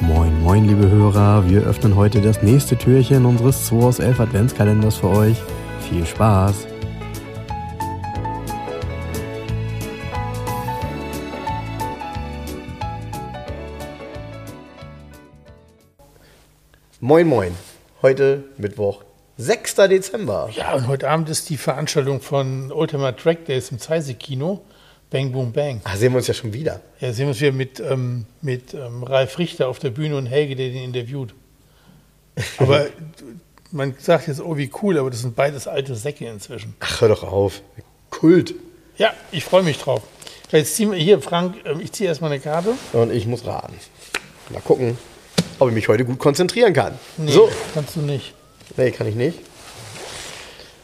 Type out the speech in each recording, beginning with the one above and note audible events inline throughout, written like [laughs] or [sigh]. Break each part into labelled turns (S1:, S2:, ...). S1: Moin, moin, liebe Hörer. Wir öffnen heute das nächste Türchen unseres 2 aus 11 Adventskalenders für euch. Viel Spaß!
S2: Moin, moin. Heute Mittwoch, 6. Dezember.
S3: Ja, und heute Abend ist die Veranstaltung von Ultimate Track Days im Zeise Kino. Bang Boom Bang.
S2: Ah, sehen wir uns ja schon wieder.
S3: Ja, sehen wir uns wieder mit, ähm, mit ähm, Ralf Richter auf der Bühne und Helge, der den interviewt. Aber man sagt jetzt, oh, wie cool, aber das sind beides alte Säcke inzwischen.
S2: Ach, hör doch auf. Kult.
S3: Ja, ich freue mich drauf. So, Jetzt ziehen wir hier, Frank, ähm, ich ziehe erstmal eine Karte.
S2: Und ich muss raten. Mal gucken, ob ich mich heute gut konzentrieren kann. So.
S3: Kannst du nicht.
S2: Nee, kann ich nicht.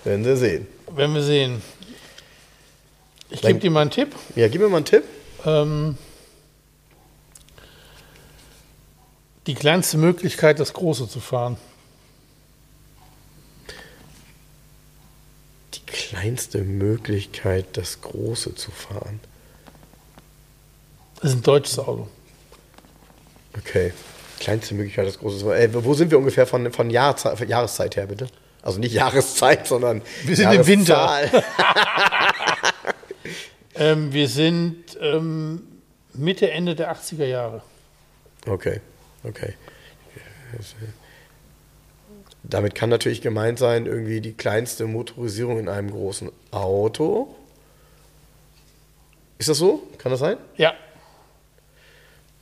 S2: Werden wir sehen.
S3: Wenn wir sehen. Ich
S2: Dann-
S3: gebe dir mal einen Tipp.
S2: Ja, gib mir mal einen Tipp.
S3: Ähm, die kleinste Möglichkeit, das Große zu fahren.
S2: Die kleinste Möglichkeit, das Große zu fahren.
S3: Das ist ein deutsches Auto.
S2: Okay. Kleinste Möglichkeit, das Große zu fahren. Ey, wo sind wir ungefähr von, von, Jahrze von Jahreszeit her, bitte? Also nicht Jahreszeit, sondern.
S3: Wir sind im Winter.
S2: Jahreszahl.
S3: Ähm, wir sind ähm, Mitte, Ende der 80er Jahre.
S2: Okay, okay. Damit kann natürlich gemeint sein, irgendwie die kleinste Motorisierung in einem großen Auto. Ist das so? Kann das sein?
S3: Ja,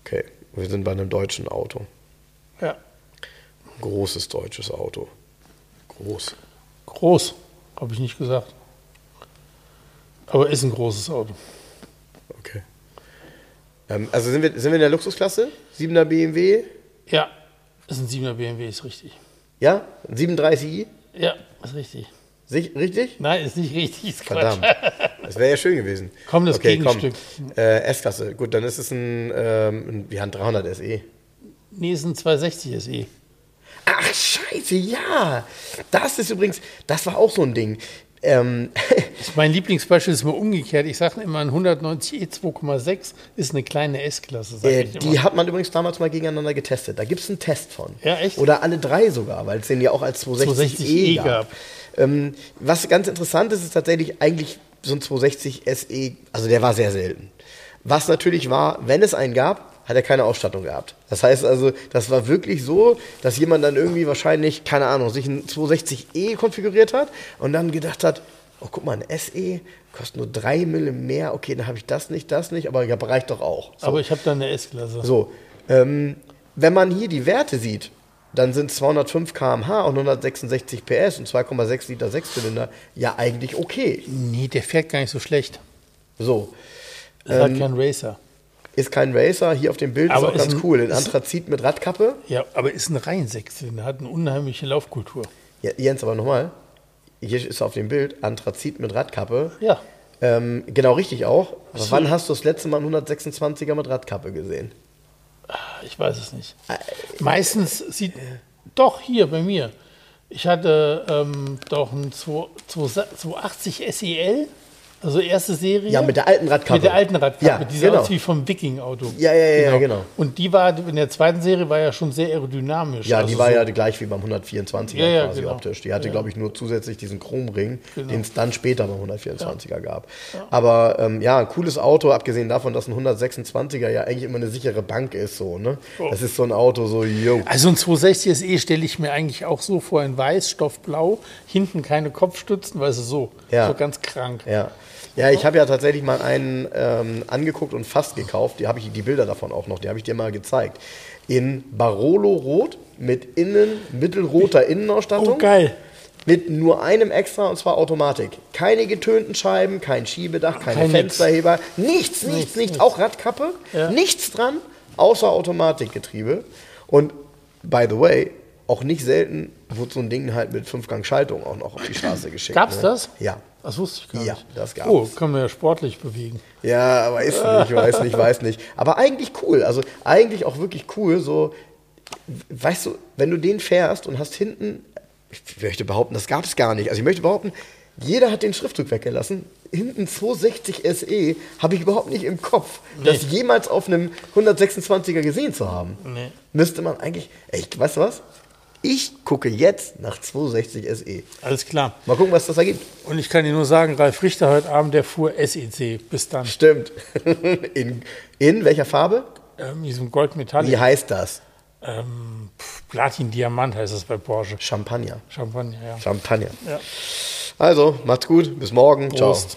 S2: Okay, wir sind bei einem deutschen Auto.
S3: ja.
S2: Großes deutsches Auto. Groß.
S3: Groß, habe ich nicht gesagt. Aber ist ein großes Auto.
S2: Okay. Ähm, also sind wir, sind wir in der Luxusklasse? 7er BMW?
S3: Ja, ist ein 7er BMW, ist richtig.
S2: Ja? 37i?
S3: Ja, ist richtig.
S2: Sich, richtig?
S3: Nein, ist nicht richtig, ist Quatsch.
S2: Verdammt. Das wäre ja schön gewesen.
S3: Komm, das Gegenstück.
S2: Äh, S-Klasse. Gut, dann ist es ein, ähm, ein, ja, ein 300 SE.
S3: Nee, ist ein 260 SE.
S2: Ach, scheiße, ja. Das ist übrigens, das war auch so ein Ding. Ähm, [laughs]
S3: Mein Lieblingsbeispiel ist mal umgekehrt. Ich sage immer, ein E 190E 2,6 ist eine kleine S-Klasse. sag
S2: äh,
S3: ich
S2: die
S3: immer.
S2: hat man übrigens damals mal gegeneinander getestet. Da gibt es einen Test von.
S3: Ja, echt?
S2: Oder alle drei sogar, weil es den ja auch als 260e
S3: 260e
S2: gab.
S3: E gab.
S2: Ähm, was ganz interessant ist, ist tatsächlich eigentlich so ein 260 SE, also der war sehr selten. Was natürlich war, wenn es einen gab, hat er keine Ausstattung gehabt. Das heißt also, das war wirklich so, dass jemand dann irgendwie wahrscheinlich, keine Ahnung, sich ein 260e konfiguriert hat und dann gedacht hat, oh guck mal, ein SE kostet nur drei Mille mehr, okay, dann habe ich das nicht, das nicht, aber ja, reicht doch auch. So.
S3: Aber ich habe da eine S-Klasse.
S2: So, ähm, wenn man hier die Werte sieht, dann sind 205 km/h und 166 PS und 2,6 Liter Sechszylinder ja eigentlich okay.
S3: Nee, der fährt gar nicht so schlecht.
S2: So,
S3: Das
S2: Ähm.
S3: hat kein Racer.
S2: ist kein Racer, hier auf dem Bild ist
S3: Aber
S2: auch
S3: ist
S2: ganz
S3: ein-
S2: cool. In
S3: ist-
S2: Anthrazit mit Radkappe.
S3: Ja, aber ist ein Reihensechszylinder, hat eine unheimliche Laufkultur.
S2: Ja, Jens, aber nochmal, hier ist auf dem Bild Anthrazit mit Radkappe.
S3: Ja,
S2: Ähm, genau richtig auch. Aber
S3: Ist so-
S2: wann hast du das letzte Mal einen 126er mit Radkappe gesehen?
S3: ich weiß es nicht.
S2: Äh.
S3: Meistens sieht. Doch, hier bei mir. Ich hatte ähm, doch ein 2- 280 SEL, E also erste Serie.
S2: Ja, mit der alten Radkappe.
S3: Mit der alten Radkappe,
S2: Ja,
S3: die sah
S2: genau.
S3: aus wie vom Viking-Auto.
S2: Ja, ja, ja, ja, genau.
S3: Und die war in der zweiten Serie war ja schon sehr aerodynamisch.
S2: Ja, die
S3: Also
S2: war
S3: so-
S2: ja gleich wie beim 124er
S3: Ja, ja,
S2: quasi
S3: genau.
S2: optisch. Die hatte,
S3: Ja.
S2: glaube ich, nur zusätzlich diesen Chromring,
S3: Genau.
S2: den es dann später beim 124er gab. Aber ähm, ja, ein cooles Auto, abgesehen davon, dass ein 126er ja eigentlich immer eine sichere Bank ist. So, ne?
S3: Oh.
S2: Das ist so ein Auto, so, yo.
S3: Also ein 260 SE stelle ich mir eigentlich auch so vor, in weiß, stoffblau, hinten keine Kopfstützen, weißt du, so.
S2: Ja.
S3: So ganz krank.
S2: Ja. Ja, ich habe ja tatsächlich mal einen ähm, angeguckt und fast gekauft. Die habe ich die Bilder davon auch noch. Die habe ich dir mal gezeigt. In Barolo Rot mit innen mittelroter Innenausstattung.
S3: Oh, geil.
S2: Mit nur einem extra und zwar Automatik. Keine getönten Scheiben, kein Schiebedach, keine
S3: Kein nix.
S2: Fensterheber, nichts, nichts, nichts, Auch Radkappe,
S3: Ja.
S2: nichts dran, außer Automatikgetriebe. Und by the way, auch nicht selten wurde so ein Ding halt mit Fünfgang-Schaltung auch noch auf die Straße geschickt.
S3: Gab's
S2: ne?
S3: das?
S2: Ja.
S3: Das wusste ich gar
S2: Ja,
S3: nicht.
S2: das gab's.
S3: Oh, können wir ja sportlich bewegen.
S2: Ja, weiß nicht, weiß nicht, weiß nicht. Aber eigentlich cool. Also eigentlich auch wirklich cool. So, weißt du, wenn du den fährst und hast hinten, ich möchte behaupten, das gab es gar nicht. Also ich möchte behaupten, jeder hat den Schriftzug weggelassen. Hinten 260 SE habe ich überhaupt nicht im Kopf, das jemals auf einem 126er gesehen zu haben.
S3: Nee.
S2: Müsste man eigentlich. Ey, weißt du was? Ich gucke jetzt nach 260 SE.
S3: Alles klar.
S2: Mal gucken, was das ergibt.
S3: Und ich kann dir nur sagen, Ralf Richter heute Abend, der fuhr SEC. Bis dann.
S2: Stimmt. [laughs] In, in welcher Farbe?
S3: Ähm, diesem Goldmetall.
S2: Wie heißt das?
S3: Ähm, pf, Platin Diamant heißt es bei Porsche.
S2: Champagner.
S3: Champagner, ja.
S2: Champagner.
S3: Ja.
S2: Also, macht's gut. Bis morgen. Ciao.
S3: Prost.